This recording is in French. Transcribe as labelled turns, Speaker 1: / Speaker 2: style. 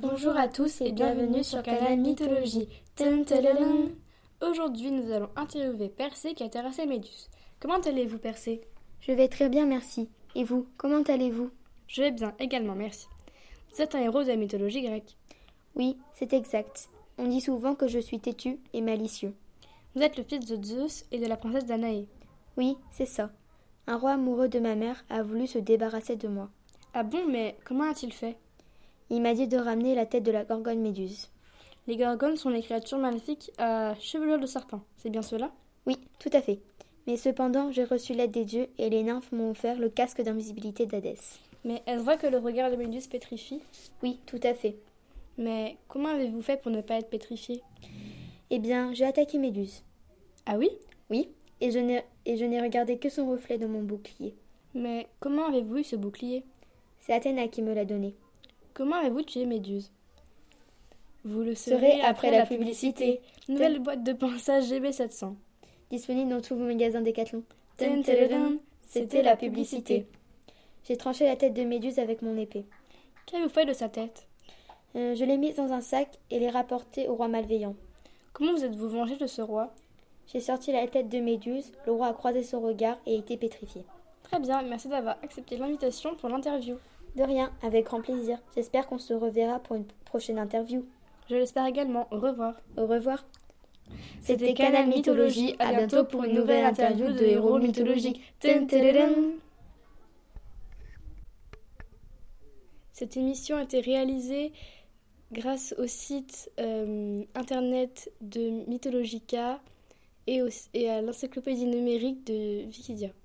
Speaker 1: Bonjour à tous et bienvenue sur Canal Mythologie. Tun, tadadam.
Speaker 2: Aujourd'hui, nous allons interviewer Persée qui a terrassé Méduse. Comment allez-vous, Persée
Speaker 3: Je vais très bien, merci. Et vous, comment allez-vous
Speaker 2: Je vais bien également, merci. Vous êtes un héros de la mythologie grecque.
Speaker 3: Oui, c'est exact. On dit souvent que je suis têtu et malicieux.
Speaker 2: Vous êtes le fils de Zeus et de la princesse Danaé.
Speaker 3: Oui, c'est ça. Un roi amoureux de ma mère a voulu se débarrasser de moi.
Speaker 2: Ah bon, mais comment a-t-il fait
Speaker 3: Il m'a dit de ramener la tête de la gorgone méduse.
Speaker 2: Les gorgones sont les créatures maléfiques à chevelure de serpent, c'est bien cela
Speaker 3: Oui, tout à fait. Mais cependant, j'ai reçu l'aide des dieux et les nymphes m'ont offert le casque d'invisibilité d'Hadès.
Speaker 2: Mais est-ce vrai que le regard de Méduse pétrifie
Speaker 3: Oui, tout à fait.
Speaker 2: Mais comment avez-vous fait pour ne pas être pétrifié
Speaker 3: Eh bien, j'ai attaqué Méduse.
Speaker 2: Ah oui
Speaker 3: Oui, et je n'ai et je n'ai regardé que son reflet dans mon bouclier.
Speaker 2: Mais comment avez-vous eu ce bouclier
Speaker 3: C'est Athéna qui me l'a donné.
Speaker 2: Comment avez-vous tué Méduse Vous le
Speaker 3: Serez
Speaker 2: saurez
Speaker 3: après la publicité.
Speaker 2: Nouvelle boîte de pensage GB700.
Speaker 3: Disponible dans tous vos magasins Décathlon.
Speaker 2: Dun, tadadun, c'était la publicité.
Speaker 3: J'ai tranché la tête de Méduse avec mon épée.
Speaker 2: Qu'avez-vous fait de sa tête
Speaker 3: Euh, je l'ai mise dans un sac et l'ai rapportée au roi malveillant.
Speaker 2: Comment vous êtes-vous vengé de ce roi
Speaker 3: J'ai sorti la tête de Méduse, le roi a croisé son regard et été pétrifié.
Speaker 2: Très bien, merci d'avoir accepté l'invitation pour l'interview.
Speaker 3: De rien, avec grand plaisir. J'espère qu'on se reverra pour une prochaine interview.
Speaker 2: Je l'espère également, au revoir.
Speaker 3: Au revoir.
Speaker 1: C'était Canal Mythologie. À bientôt pour une nouvelle interview de héros mythologiques. Tun, tadadam.
Speaker 2: Cette émission a été réalisée grâce au site euh, internet de Mythologica et, au- et à l'encyclopédie numérique de Wikidia.